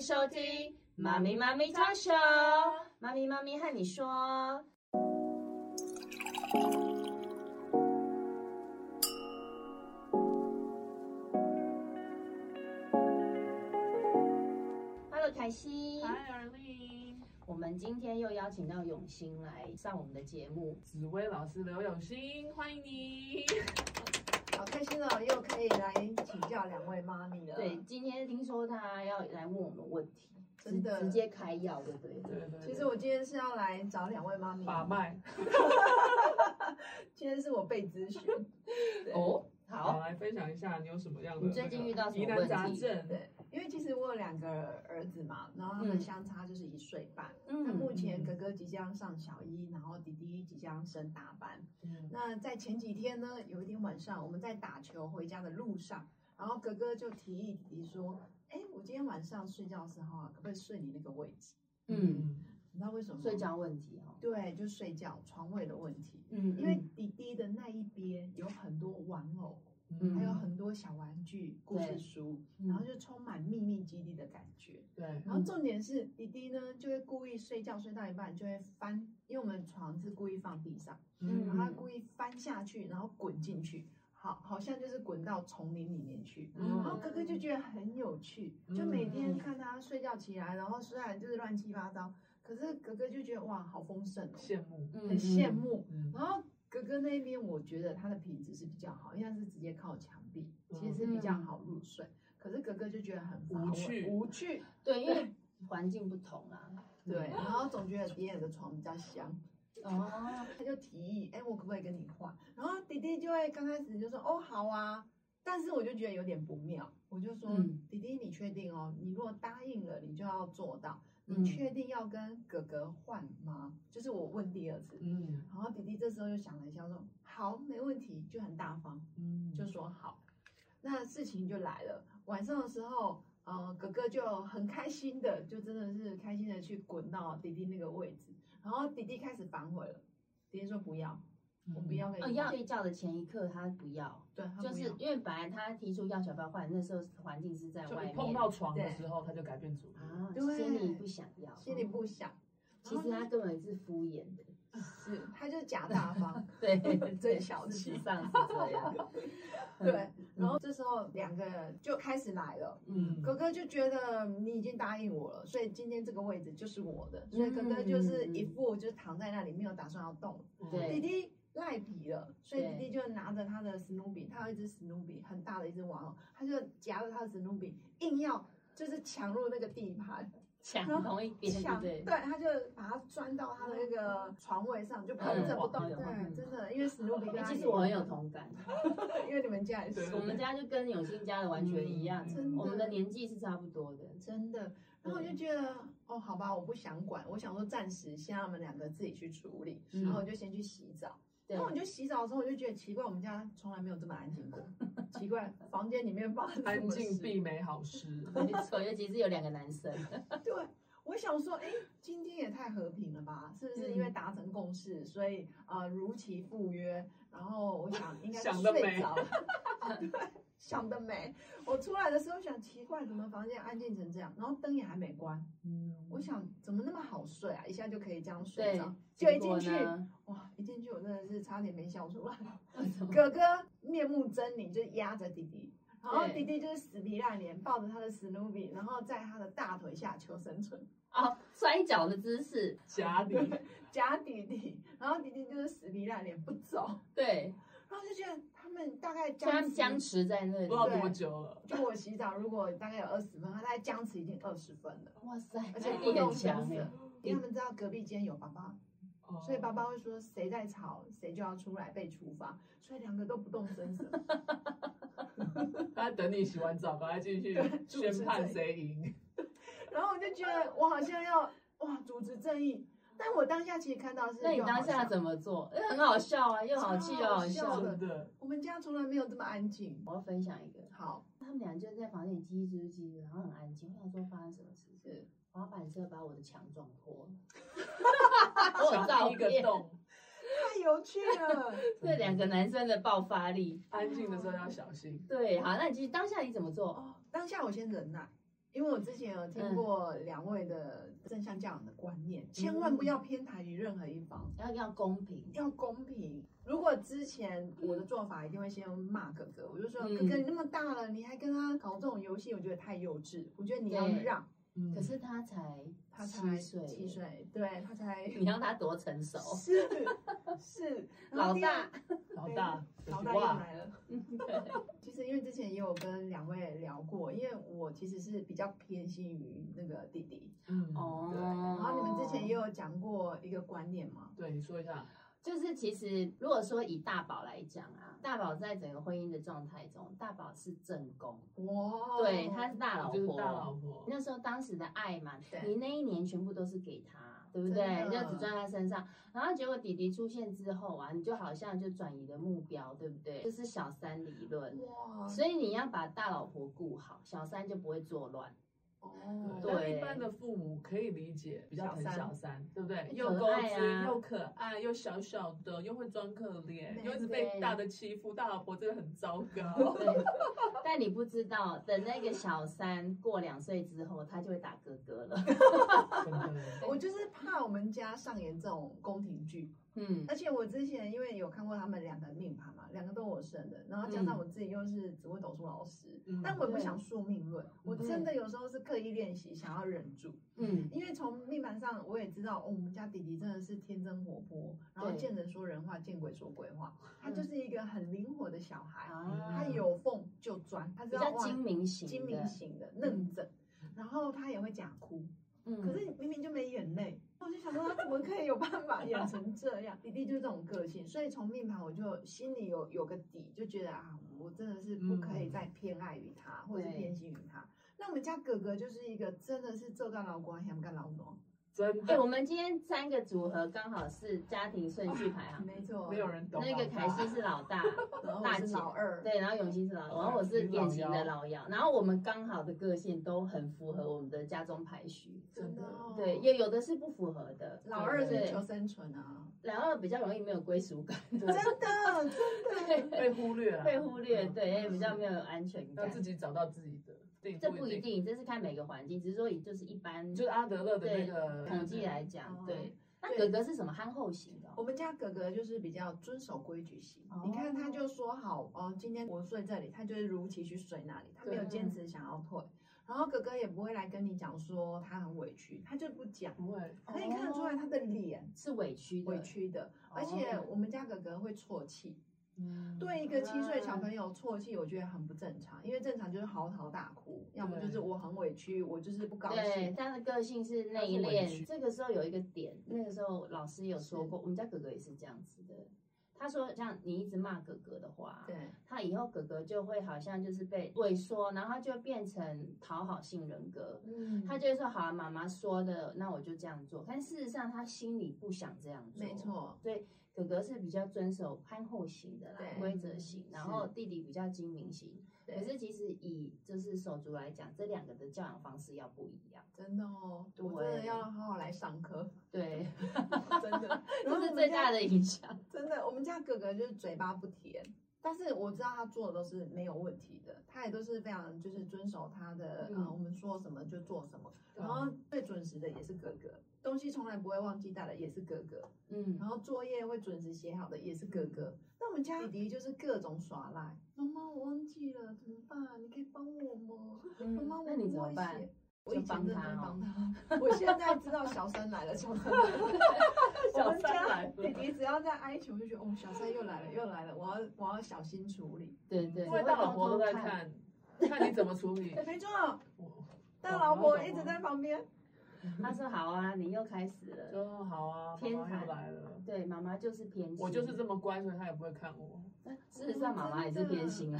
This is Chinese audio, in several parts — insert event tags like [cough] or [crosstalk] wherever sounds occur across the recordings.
收听《妈咪妈咪 talk show》，妈咪妈咪和你说。Hello，凯西。嗨，尔丽，我们今天又邀请到永兴来上我们的节目，紫薇老师刘永新，欢迎你。好开心哦，又可以来请教两位妈咪了。对，，今天听说他要来问我们问题，直真的直接开药，对不对？对对对， [laughs] 其实我今天是要来找两位妈咪，把脉今天是我被咨询。哦，好，来分享一下你有什么样的你最近那个遇到什么疑难问杂题症？对，因为其实我有两个儿子嘛，然后他们相差就是一岁半。嗯那目前哥哥即将上小一，然后弟弟即将升大班。嗯那在前几天呢，有一天晚上我们在打球回家的路上，然后哥哥就提议弟弟说：“哎，我今天晚上睡觉的时候啊，可不可以睡你那个位置嗯，？”你知道为什么吗？睡觉问题哦，对，就睡觉床位的问题。嗯因为弟弟的那一边有很多玩偶，嗯还有很多小玩具、故对事书，嗯然后就充满秘密基地的感觉。对，然后重点是弟弟呢，就会故意睡觉睡到一半就会翻，因为我们床是故意放地上，嗯然后他故意翻下去，然后滚进去，好，好像就是滚到丛林里面去。嗯然后哥哥就觉得很有趣，嗯就每天看他睡觉起来，然后虽然就是乱七八糟，可是哥哥就觉得哇，好丰盛哦，羡慕，很羡慕。嗯，然后哥哥那边，我觉得他的品质是比较好，因为他是直接靠墙壁，其实是比较好入睡。可是哥哥就觉得很乏味无趣无趣，对，因为环境不同啊啦。对，嗯然后总觉得别人的床比较香，哦，他就提议，哎，我可不可以跟你换？然后弟弟就会刚开始就说，哦，好啊。但是我就觉得有点不妙，我就说，嗯弟弟，你确定哦？你如果答应了，你就要做到。嗯你确定要跟哥哥换吗？就是我问第二次，嗯然后弟弟这时候又想了一下，说，好，没问题，就很大方。嗯，就说好。那事情就来了，晚上的时候，呃，哥哥就很开心的，就真的是开心的去滚到弟弟那个位置，然后弟弟开始反悔了，弟弟说不要，我不要跟哦，你要换，睡觉的前一刻他不要，对，他不就要是因为本来他提出要小不要换，那时候环境是在就外一面碰到床的对时候，他就改变主意。啊，对心里不想要，心里不想，其实他根本是敷 [laughs] 衍的，是他就假 [laughs] 大方，对，真小气事实上是这 [laughs] 样，对，然后这时候两个人就开始来了。嗯，哥哥就觉得你已经答应我了，所以今天这个位置就是我的，所以哥哥嗯就是一副就是躺在那里没有打算要动，嗯对弟弟赖皮了，所以对弟弟就拿着他的史努比，他有一只史努比很大的一只玩偶，他就夹着他的史努比，硬要就是抢入那个地盘，抢同一边，抢对不对，他就把它钻到他的那个床位上，就盘着不动。嗯嗯对，真的，因为史努比跟哎他其实我很有同感，因为你们家也是对我们家就跟永兴家的完全一样哦嗯，真的我们的年纪是差不多的，真的，然后我就觉得哦，好吧，我不想管，我想说暂时先让他们两个自己去处理，嗯然后我就先去洗澡。对然后我就洗澡的时候，我就觉得奇怪，我们家从来没有这么安 [laughs] 静过。奇怪，房间里面发生什安么静事？必没好事。没错，尤其是有两个男生， [laughs] 对，我想说，哎，今天也太和平了吧？是不是嗯因为达成共识，所以呃如期赴约？然后我想应该是想得美睡 [laughs] 着了。对，想得美。我出来的时候想，奇怪，怎么房间安静成这样？然后灯也还没关，嗯，我想怎么那么好睡啊？一下就可以这样睡对着。，就结一果进去，呢，哇！一进去我真的是差点没笑出来。为什么哥哥面目狰狞，就压着弟弟，然后对弟弟就是死皮赖脸抱着他的史努比，然后在他的大腿下求生存，哦，摔跤的姿势，家里夹弟弟，然后弟弟就是死皮赖脸不走，对，然后就觉得他们大概就他僵们持，僵持在那不里知。道多久了。就我洗澡如果大概有二十分，他大概僵持已经二十分了，哇塞，而且你不很动强声色哎，。因为他们知道隔壁间有爸爸，哦所以爸爸会说谁在吵，谁就要出来被处罚，所以两个都不动声色。他等你洗完澡，赶快进去宣判谁赢。然后我就觉得我好像要哇主持正义，但我当下其实看到的是那你又好当下笑怎么做？哎，很好笑啊，又好气又好超好笑笑。真的，我们家从来没有这么安静。我要分享一个，好，他们俩就在房间里叽叽叽叽，然后很安静。我想说发生什么事，是我要反射把我的墙撞破了。 [laughs] 我有照一个片，洞，太有趣了。这两个男生的爆发力。安静的时候要小心。对，好，那你其实当下你怎么做？哦，当下我先忍耐，因为我之前有嗯听过两位的正向教养的观念，千嗯万不要偏袒于任何一方，要要公平，要公平。如果之前我的做法一定会先骂哥哥，我就说、嗯哥哥你那么大了，你还跟他搞这种游戏，我觉得太幼稚。我觉得你要对让嗯可是他才他才岁，七，岁，对他才你让他多成 [laughs] 熟， [laughs] 是是然后老第二大，老大，老大又哇，来了。对，其实因为之前也有跟两位聊过，因为我其实是比较偏心于那个弟弟，嗯，对。哦然后你们之前也有讲过一个观念嘛，对，你说一下，就是其实如果说以大宝来讲啊，大宝在整个婚姻的状态中，大宝是正宫，哇，对，他是大老就是婆，大老婆，那时候当时的爱嘛，对你那一年全部都是给他，对不真对？的就只赚他身上，然后结果弟弟出现之后啊，你就好像就转移了目标，对不对？就是小三理论，哇，所以你要把大老婆顾好，小三就不会作乱。哦，对但一般的父母可以理解，比较小疼三小三，对不对？可又高爱啊知又可爱，又小小的，又会装可怜，对又一直被对大的欺负，大老婆真的很糟 [laughs] 糕。对，但你不知道，等那个小三过两岁之后，他就会打哥哥了。 [laughs] 真的我就是怕我们家上演这种宫廷剧，嗯，而且我之前因为有看过他们两个命盘嘛，两个都我生的，然后加上我自己又是紫微斗数老师，嗯但我也不想宿命论，我对真的有时候是刻意练习，想要忍住，嗯，因为从命盘上我也知道、哦，我们家弟弟真的是天真活泼，然后对见人说人话，见鬼说鬼话，他嗯就是一个很灵活的小孩，啊他有缝就钻，他知比道较哇精明型的，精明型的嫩整，然后他也会假哭，嗯，可是明明就没眼泪，我就想说他怎么可以有办法演成这样？弟弟就是这种个性，所以从命盘我就心里有有个底，就觉得啊，我真的是不可以再偏爱于他，或者是嗯对偏心于他。那我们家哥哥就是一个真的是做干老光，想干老农，真哎，的我们今天三个组合刚好是家庭顺序排行，没错，没有人懂那个老大凯西是老嗯大。然后我是老二，对，然后永兴是老，然后我是典型的老幺，然后我们刚好的个性都很符合我们的家中排序，真的、哦，对，也有的是不符合的，老二是对求生存啊，老二比较容易没有归属感，真的真的，被忽略哦 [laughs] 了，被忽略，嗯，对，也比较没有安全要感自。己找到自己的，对啊这不一定，定，这是看每个环境，只是说以就是一般就是阿德勒的那个统计来讲，哦对。那对哥哥是什么憨厚型的哦？我们家哥哥就是比较遵守规矩型，哦你看他就说好哦，今天我睡这里，他就是如期去睡那里，他没有对坚持想要退。然后哥哥也不会来跟你讲说他很委屈，他就不讲，不会，可以看得出来他的脸是委屈的，委屈的。而且我们家哥哥会啜泣，嗯，对一个七岁小朋友啜泣，我觉得很不正常，因为正常就是嚎啕大哭，要么就是我很委屈，我就是不高对，兴。他的个性是内他是委敛。屈这个时候有一个点，那个时候老师有说过，我们家哥哥也是这样子的。他说，像你一直骂哥哥的话，对，他以后哥哥就会好像就是被萎缩，然后就变成讨好性人格。嗯他就会说：“好了、啊妈妈说的，那我就这样做。”但事实上，他心里不想这样做。没，错，哥哥是比较遵守憨厚型的啦对，规则型，然是后弟弟比较精明型。对可是其实以就是手足来讲，这两个的教养方式要不一样。真的哦，对我真的要好好来上课，对， [laughs] 真 [laughs] 的。然这后是我们最家大的影响。真的，我们家哥哥就是嘴巴不甜，但是我知道他做的都是没有问题的，他也都是非常就是遵守他的，嗯呃，我们说什么就做什么，嗯然哦后最准时的也是哥哥，东西从来不会忘记带的也是哥哥，嗯然，后作业会准时写好的也是哥哥。那我们家弟弟就是各种耍赖，妈妈我忘记了怎么办？你可以帮我吗？妈妈我嗯那你怎么不会办写？？我以前真就的帮他哦帮他， [laughs] 我现在知道小三来了，小三来了。 [laughs] 我小们三家 [laughs] 来弟了，弟只要在哀求，就觉得哦，小三又来了，又来了，我要我要小心处理。对对，因为大老婆都在， [laughs] 看， [laughs] 看你怎么处理。没错，我大老婆一直在旁边。他说好啊，你又开始了。就好啊，天妈妈才又来了，对，妈妈就是偏心，我就是这么乖，所以她也不会看我。但事实上，妈妈也是偏心啊。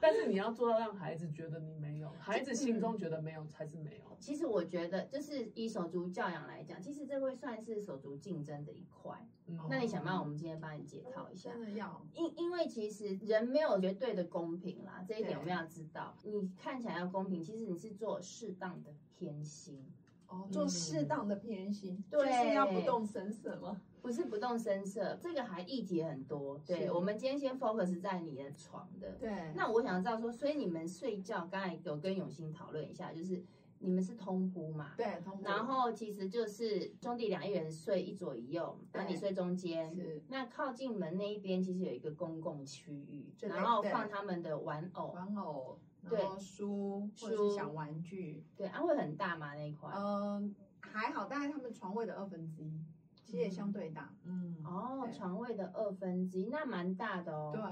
但是你要做到让孩子觉得你没有，孩子心嗯中觉得没有才是没有。其实我觉得，就是以手足教养来讲，其实这会算是手足竞争的一块。嗯，哦那你想不想我们今天帮你解套一下嗯真？的要因因为其实人没有绝对的公平啦，这一点对我们要知道。你看起来要公平，其实你是做适当的偏心。哦，做适当的偏心，对就是要不动声色嘛。不是不动声色，这个还议题很多。对，是我们今天先 focus 在你的床的。对那我想知道说，所以你们睡觉，刚才有跟永兴讨论一下，就是你们是通铺嘛？对，同步然后其实就是兄弟俩一人睡一左一右，那你对睡中间。是那靠近门那一边其实有一个公共区域，对然后对放他们的玩偶。玩偶，对然后书或者书是小玩具，对，啊会很大嘛那一块。嗯，还好，大概他们床位的二分之一，其实也相对大。嗯，哦，对床位的二分之一，那蛮大的哦。对，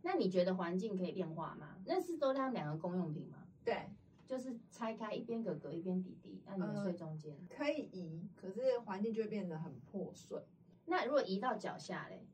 那你觉得环境可以变化吗？那是都他们两个公用品吗？对，就是拆开一边哥哥一边弟弟，那你们呃睡中间。可以移，可是环境就会变得很破碎。那如果移到脚下嘞？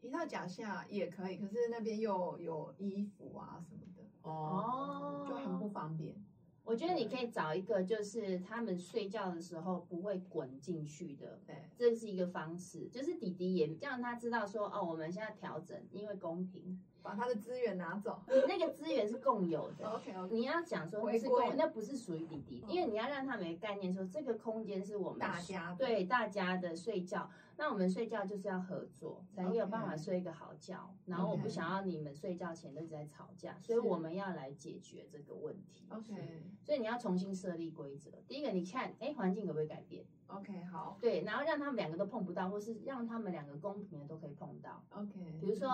移到脚下也可以，可是那边又有衣服啊什么的，哦，就很不方便。我觉得你可以找一个，就是他们睡觉的时候不会滚进去的，对，这是一个方式。就是弟弟也让他知道说，哦，我们现在调整，因为公平，把他的资源拿走。你那个资源是共有的。 OK OK，你要讲说哦回是公有，归那不是属于弟弟，嗯因为你要让他们有概念说这个空间是我们大家的对大家的睡觉。那我们睡觉就是要合作，才有办法 OK 睡一个好觉。然后我不 OK 想要你们睡觉前都一直在吵架，所以是哦我们要来解决这个问题。 OK 所以你要重新设立规则。第一个，你看，哎，环境可不可以改变？ OK 好对，然后让他们两个都碰不到，或是让他们两个公平的都可以碰到。 OK，比如说，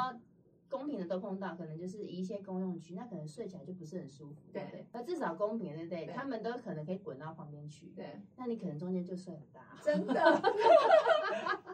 公平的都碰到，可能就是一些公用区，那可能睡起来就不是很舒服，对不对？那至少公平，对不对？对他们都可能可以滚到旁边去，对，那你可能中间就睡很大。[laughs] 真的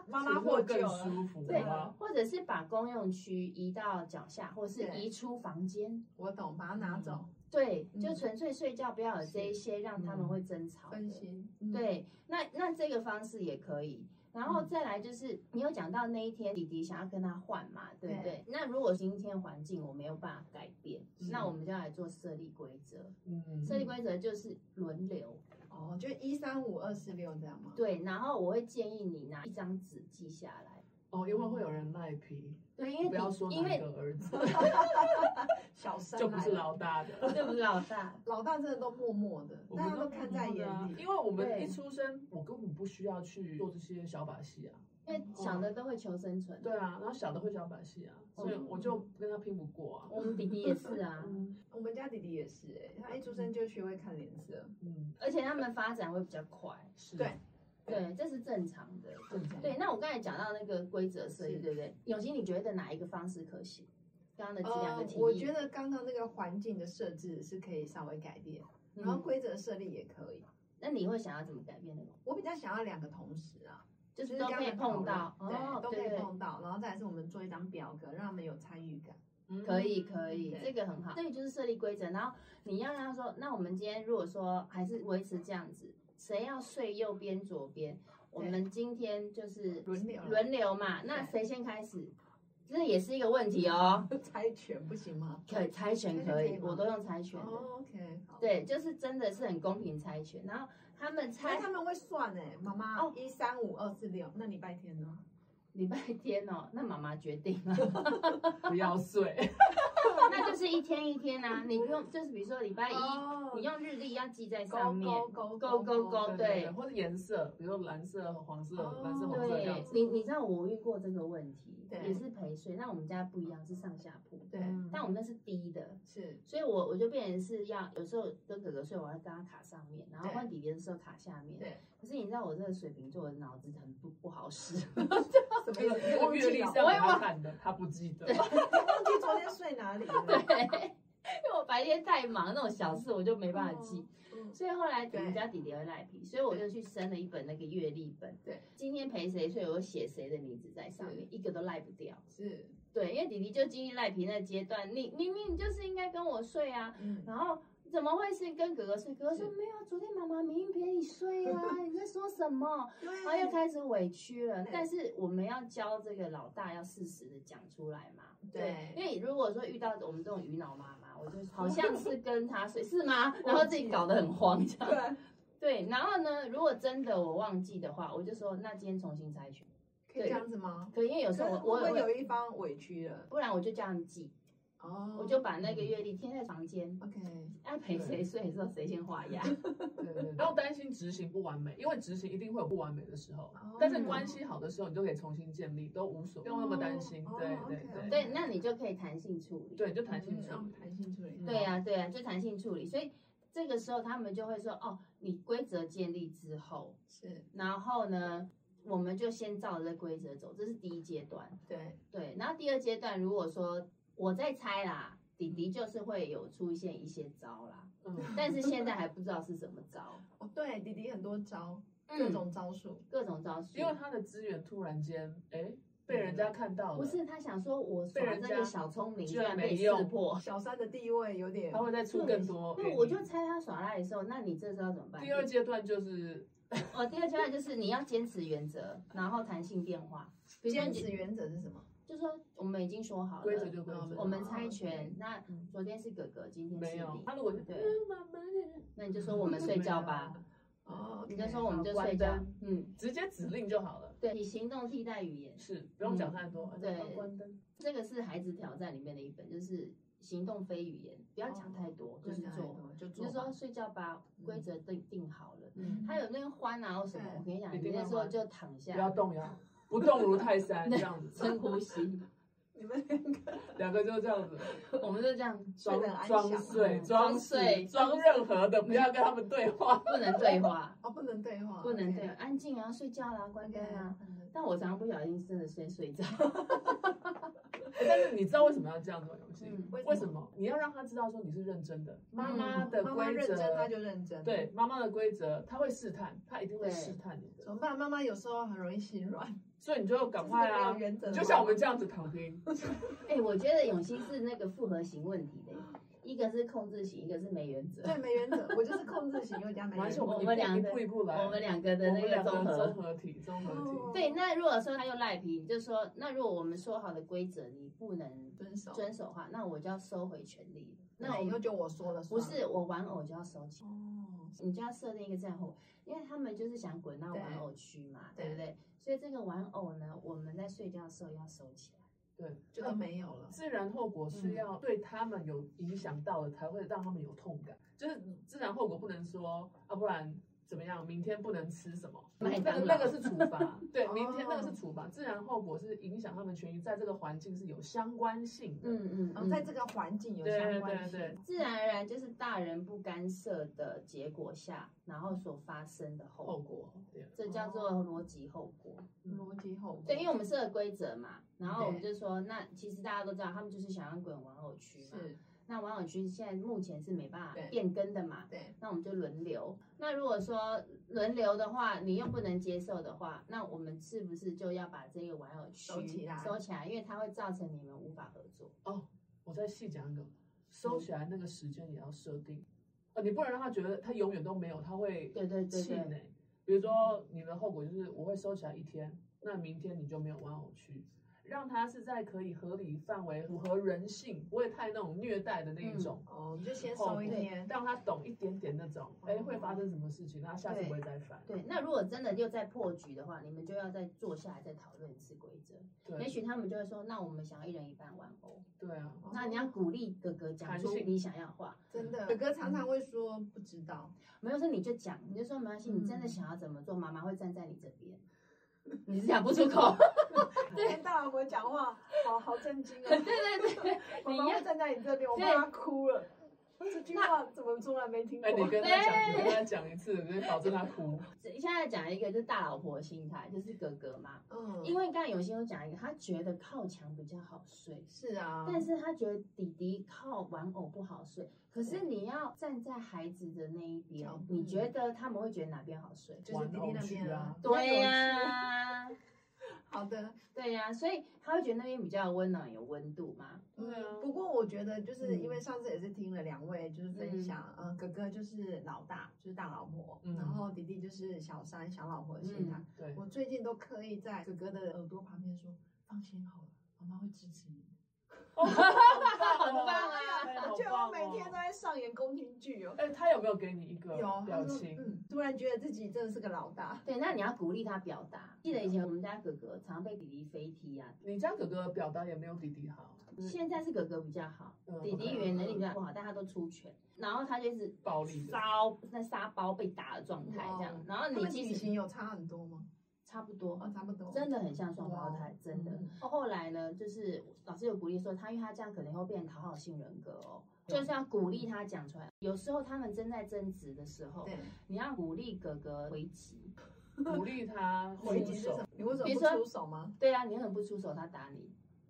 妈妈妈妈获会救更了。舒服啊对吗？，或者是把公用区移到脚下，或是对移出房间。我懂，把它拿走，对，嗯就纯粹睡觉，不要有这一些让他们嗯会争吵的。分心。嗯，对，那那这个方式也可以。然嗯后再来就是，你有讲到那一天弟弟想要跟他换嘛，对不对？那如果今天环境我没有办法改变，是那我们就要来做设立规则。嗯，设立规则就是轮流，哦，就一三五二四六这样吗？对。然后我会建议你拿一张纸记下来，哦，因为会有人赖皮，对，因为不要说弟因哪为个儿 [laughs] 子，小三就不是来了老大的。对不是老 [laughs] 大，老大真的都默默的，我大们家都看在默默眼地啊里。因为我们对一出生，我根本不需要去做这些小把戏啊。因为小的都会求生存，对啊，然后小的会小把戏啊，所以嗯我就跟他拼不过啊。我们弟弟也是啊，嗯我们家弟弟也是、欸，他一出生就学会看脸色，嗯，而且他们发展会比较快，是啊对对，嗯这是正常的。正常。对，那我刚才讲到那个规则设计，是对不对？永兴，你觉得哪一个方式可行？刚刚的这两个提议，哦我觉得刚刚那个环境的设置是可以稍微改变，然后嗯，规则设立也可以。那你会想要怎么改变那个？我比较想要两个同时啊，就是跟都他可以们碰讨到，论哦，对，都可对以对，碰到，然后再来是我们做一张表格，让他们有参与 [laughs] 感。嗯可以可以，对这个很好。这个就是设立规则，然后你要让他说，那我们今天如果说还是维持这样子，谁要睡右边左边，我们今天就是轮流轮流嘛，那对谁先开始？这也是一个问题哦。猜拳不行吗？可猜拳猜拳可可以以，吗我都用猜拳的。哦，OK，好。对，就是真的是很公平猜拳，然后他们所以猜他们会算哎、妈妈哦一三五二四六，那礼拜天呢？礼拜天哦，那妈妈决定 [laughs] 啊，不要睡，那就是一天一天啊，你不用就是比如说礼拜一，哦你用日历要记在上勾面，勾哦勾勾勾勾对或者颜色，比如说蓝色、黄色、哦蓝色、黄色这样对子。你，你知道我遇过这个问题，对也是陪睡。那我们家不一样，是上下铺，对，嗯但我们那是低的，是 [laughs] 所以我我就变成是要有时候跟哥哥睡，我要跟他卡上面，然后对换弟弟的时候卡下面。对，可是你知道我这个水瓶座，我的脑子很不不好使，什么这意个思？这个阅历了上给他看的，他不记得。忘记昨天睡哪里了。 [laughs] 对，因为我白天太忙，那种小事我就没办法记。嗯，所以后来我对们家弟弟会赖皮，所以我就去生了一本那个月历本。对，今天陪谁睡，我写谁的名字在上面，一个都赖不掉。是，对，因为弟弟就经历赖皮那阶段，你明明你就是应该跟我睡啊，嗯，然后怎么会是跟哥哥睡？哥哥说是没有，昨天妈妈明明陪你睡 [laughs] 啊，你在说什么？对，然后又开始委屈了。对但是我们要教这个老大要适时的讲出来嘛。对因为如果说遇到我们这种鱼脑妈妈，我就好像是跟他睡是 [laughs] 吗？然后自己搞得很慌这样。对， [laughs] 对，然后呢，如果真的我忘记的话，我就说那今天重新猜拳。可以这样子吗？可因为有时候可是我会我不会有，有一方委屈了，不然我就这样记，哦我就把那个月历贴在房间。 OK，爱陪谁睡的时候谁先画押，对对对不要担心执行不完美，因为执行一定会有不完美的时候。哦但是关系好的时候，你就可以重新建立，都无所不用那么担心。哦对哦对 OK，OK 对对，那你就可以弹性处理。对，就弹性处嗯理。弹性处理，对呀、对呀、啊就弹性处理。所以这个时候他们就会说，哦，你规则建立之后，是，然后呢，我们就先照着规则走，这是第一阶段。对，对，然后第二阶段，如果说我在猜啦，弟弟就是会有出现一些招啦，嗯，但是现在还不知道是什么招，哦，对，弟弟很多招，嗯各种招数，各种招数。嗯因为他的资源突然间，哎，被人家看到了，不是他想说，我被耍人这家个小聪明居居然然没被识用破。小三的地位有点他，会再出更多给你。对，我就猜他耍赖的时候，那你这时候怎么办？第二阶段就是哦，第二阶段就是你要坚持原则，然后弹性变化。比如说坚你，持原则是什么？就说我们已经说好规则了，就规则，我们哦猜拳对。那嗯昨天是哥哥，今天没是有你。他如果是对嗯妈妈那 [laughs] 你就说我 [laughs] 们睡觉啊吧，哦，你就说我们就睡好觉啊关。嗯，直接指令就好了，对，以行动替代语言，是不用讲太多。啊嗯对关灯。这个是孩子挑战里面的一本，就是行动非语言，不要讲太多，就是做。，就你做就吧，说睡觉吧，规则定定好了。嗯，他有那个欢啊或什么，对我跟你讲，一你定会那时候欢就躺下不，要 [laughs] 动摇，不动如泰山这样子，深呼吸，你们两个两个就是这样子，我们就这样睡得很装装安详睡、嗯装装睡、睡装任何的，不要跟他们 [laughs] 对话。不能对话， [laughs] 哦，不能对话，不能对，安静啊，睡觉啦，关灯啊。但我常常不小心真的先睡着，但是你知道为什么要这样做游戏？嗯为什么？你要让他知道说你是认真的，妈妈的嗯妈妈规认则，真，他就认真，，对妈妈的规则，他会试探，他一定会对试探你的，怎么办？妈妈有时候很容易心软，所以你就赶快啊，原则，你就像我们这样子躺平，哎、我觉得永兴是那个复合型问题的，一个是控制型，一个是没原则。对没原则，我就是控制型又加没没关原系，则我，们我们一步一两个步一步来，我们两个的我那们个两个综合综。合体，综合哦体，对，那如果说他又赖皮，你就说，那如果我们说好的规则你不能遵守，遵守的话，那我就要收回权利了。那那我以后们就我说了，不是我玩偶就要收起来，哦，你就要设定一个这样后，因为他们就是想滚到对玩偶区嘛，对对不对？所以这个玩偶呢，我们在睡觉的时候要收起来。对，呃就都没有了。自然后果是要对他们有影响到的，才会让他们有痛感。就是自然后果不能说啊，不然怎么样？明天不能吃什么？嗯那麦当个劳那个是 [laughs] 处罚，对，哦明天那个是处罚。自然后果是影响他们权益，在这个环境是有相关性的。嗯嗯然后嗯，在这个环境有对相对关对性，对，自然而然就是大人不干涉的结果下，然后所发生的后后果，果对，这叫做逻辑后果。逻辑后果。嗯对，因为我们设了规则嘛，然后我们就说，那其实大家都知道，他们就是想要滚玩偶区嘛。是，那玩偶区现在目前是没办法对变更的嘛，对，那我们就轮流。那如果说轮流的话，你又不能接受的话，那我们是不是就要把这个玩偶区收起来收起来，因为它会造成你们无法合作。哦我再细讲一个，收起来那个时间也要设定，呃，你不能让他觉得他永远都没有，他会对对对气对，馁。比如说你的后果就是我会收起来一天，那明天你就没有玩偶区，让他是在可以合理范围、符合人性，不会太那种虐待的那一嗯种，哦，你就先收一天，让他懂一点点那种，哎、会发生什么事情，那他下次不会再犯。哦对，那如果真的又在破局的话，你们就要再坐下来再讨论一次规则。也对许他们就会说，那我们想要一人一半玩偶。对啊，哦那你要鼓励哥哥讲弹出性你想要的话，真的。哥哥常常会说不知 [laughs] 道，没有说你就讲，你就说没关系，你真的嗯想要怎么做，妈妈会站在你这边。 [laughs] 你是讲不出 [laughs] 口，今天哎大我讲话，好好震惊对哦。对 [laughs] 对，妈妈会站在你这边，我对妈妈哭了。这句话怎么从来没听哎、你过？跟他讲，你跟他讲一次，你就保证他哭。 [laughs] 现在讲一个就是大老婆心态，就是哥哥嘛，嗯，因为刚才永兴有讲一个，他觉得靠墙比较好睡，是啊，但是他觉得弟弟靠玩偶不好睡，可是你要站在孩子的那一边角度，你觉得他们会觉得哪边好睡？就是弟弟那边啊玩。对那有趣呀、好的， [laughs] 对呀、所以他会觉得那边比较温暖，有温度嘛。对啊不过我觉得，就是因为上次也是听了两位就是分享，嗯、哥哥就是老大，就是大老婆，嗯然后弟弟就是小三小老婆的心态。对，我最近都刻意在哥哥的耳朵旁边说：“放心好了，妈妈会支持你。”棒很棒啊！哎啊好棒哦就我每天都在上演宫廷剧哦。哎，他有没有给你一个有表他说，情？嗯，突然觉得自己真的是个老大。对，那你要鼓励他表达。记得以前我们家哥哥常被弟弟飞踢啊，你家哥哥表达也没有弟弟好，现在是哥哥比较好，嗯弟弟语言能力比较不好，但他都出拳，然后他就一直暴力的骚那沙包被打的状态这样哦。然后他们你体其实型有差很多吗？差不多，哦，差不多。真的很像双胞胎，真的。嗯后来呢，就是老师有鼓励说他，因为他这样可能会变讨好性人格哦，就是要鼓励他讲出来。有时候他们正在争执的时候，对，你要鼓励哥哥回击。鼓励他挥回击是什手么，？你为什比如么不说出手吗？对啊，你可能不出手，他打你，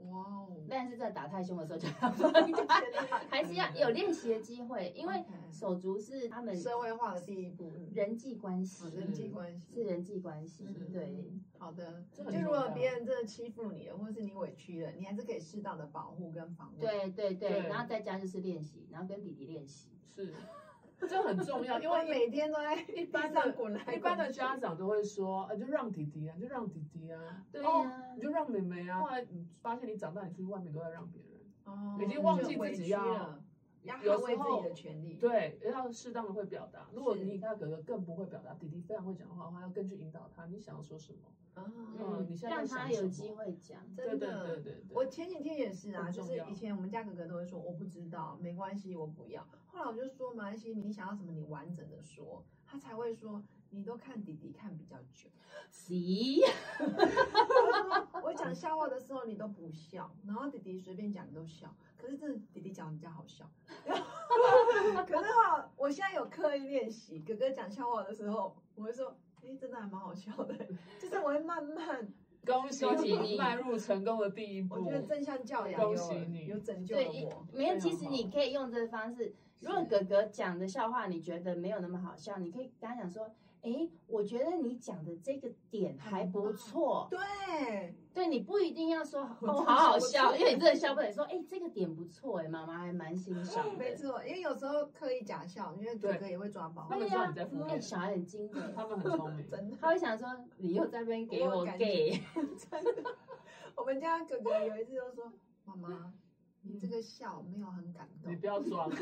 哇 [laughs] 哦，但是在打太凶的时候就要放开，还是要有练习的机会，因为 OK 手足是他们社会化的第一步，人际关系哦，人际关系是人际关系嗯，对。好的，嗯这就很如重果要别人真的欺负你了，或是你委屈了，你还是可以适当的保护跟防卫。对对对，对然后在家就是练习，然后跟弟弟练习。是，这很重要，因因为为每天都在一一般上的滚 [laughs] 来一般的滚去家长都会说，啊，就让弟弟啊，你就让弟弟啊，对哦呀，你就让妹妹啊。后来你发现你长大，你出去外面都在让别人。哦已经你忘就记委自己屈要了，要有捍时卫自己候的权利。对，要适当的会表达。如果是你看哥哥更不会表达，弟弟非常会讲话的话，要更去引导他。你想要说什么？啊，嗯你现在让在他想什有么机会讲。对真对对的。对对。我前几天也是啊，很就重是要以前我们家哥哥都会说我不知道，没关系，我不要。后来我就说马来西亚，你想要什么，你完整的说，他才会说你都看弟弟看比较久。行， [laughs] 我讲笑话的时候你都不笑，然后弟弟随便讲你都笑，可是真的弟弟讲比较好笑。 [laughs] 可是哈，我现在有刻意练习，哥哥讲笑话的时候，我会说，哎、真的还蛮好笑的， [laughs] 就是我会慢慢，恭喜恭喜你你迈入成功的第一步我。觉得正向教养恭有喜你有拯救了对我。，没有。非常其实你好可以用这个方式。如果哥哥讲的笑话你觉得没有那么好笑，你可以跟他讲说：“哎，我觉得你讲的这个点还不错。对，”对，你不一定要说“我真哦，的好好笑笑”，不出因为你真的笑不了。说：“哎，这个点不错，哎，妈妈还蛮欣赏的啊没。错，因为有时候刻意假笑，因为哥哥也会抓包他。们对知道呀你在敷哎”衍，小孩很精明，他们很聪明。真的，他会想说：“你又在那边给我我感觉 gay。”我们家哥哥有一次就说：“妈妈，你这个笑没有很感动你。”不要装， [laughs]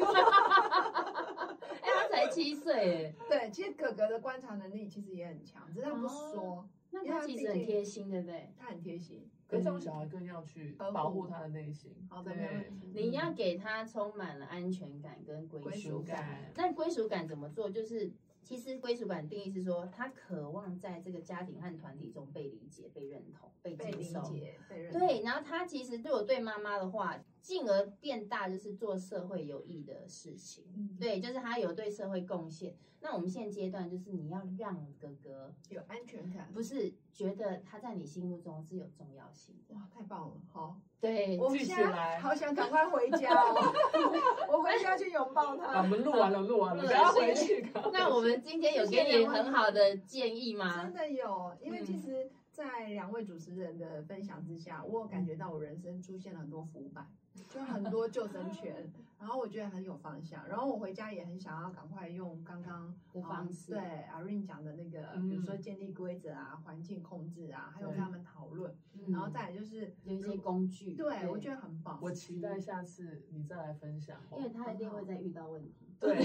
哎、他才七岁哎， [laughs] 对，其实哥哥的观察能力其实也很强，只是他不说，那他其实很贴心，对不对？他很贴心。可是这种小孩更要去呵护保护他的内心。好的，对没问题。你要给他充满了安全感跟归属嗯嗯归属感感。那归属感怎么做？就是其实归属感定义是说，他渴望在这个家庭和团体中被理解、被认同、被被接理受。解，被认同。对，然后他其实如果对妈妈的话，进而变大就是做社会有益的事情。嗯，对，就是他有对社会贡献。那我们现阶段就是你要让哥哥，有安全感。不是觉得他在你心目中是有重要性的。哇，太棒了！好，对， [laughs] 我记起现在来好想赶快回家哦， [laughs] 我回家去拥抱啊我他。们录完了，录完了，不要回去看。那我们今天有给你很好的建议吗真？的有，因为其嗯实，在两位主持人的分享之下，我有感觉到我人生出现了很多浮板，就很多救生圈，然后我觉得很有方向，然后我回家也很想要赶快用刚刚呃的方式，对阿瑞讲的那个，比如说建立规则啊、环境控制啊，还有嗯对跟他们讨论，嗯，然后再来就是，有一些工具，对我觉得很棒。我期待下次你再来分享哦。因为他一定会再遇到问题。对，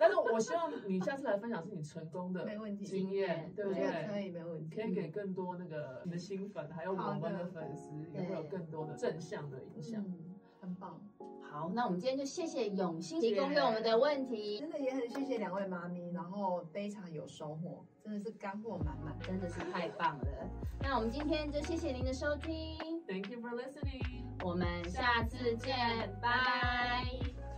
但是我希望你下次来分享是你成功的没问题经验，对我不觉得可对？以，没问可题。以给更多那个你的新粉，还有我们的粉丝，也会有更多的正向的影响。嗯，很棒，好，那我们今天就谢谢永兴提供给我们的问题，真的也很谢谢两位妈咪，然后非常有收获，真的是干货满满。真的是太棒了。那我们今天就谢谢您的收听， Thank you for listening. 我们下次见，拜拜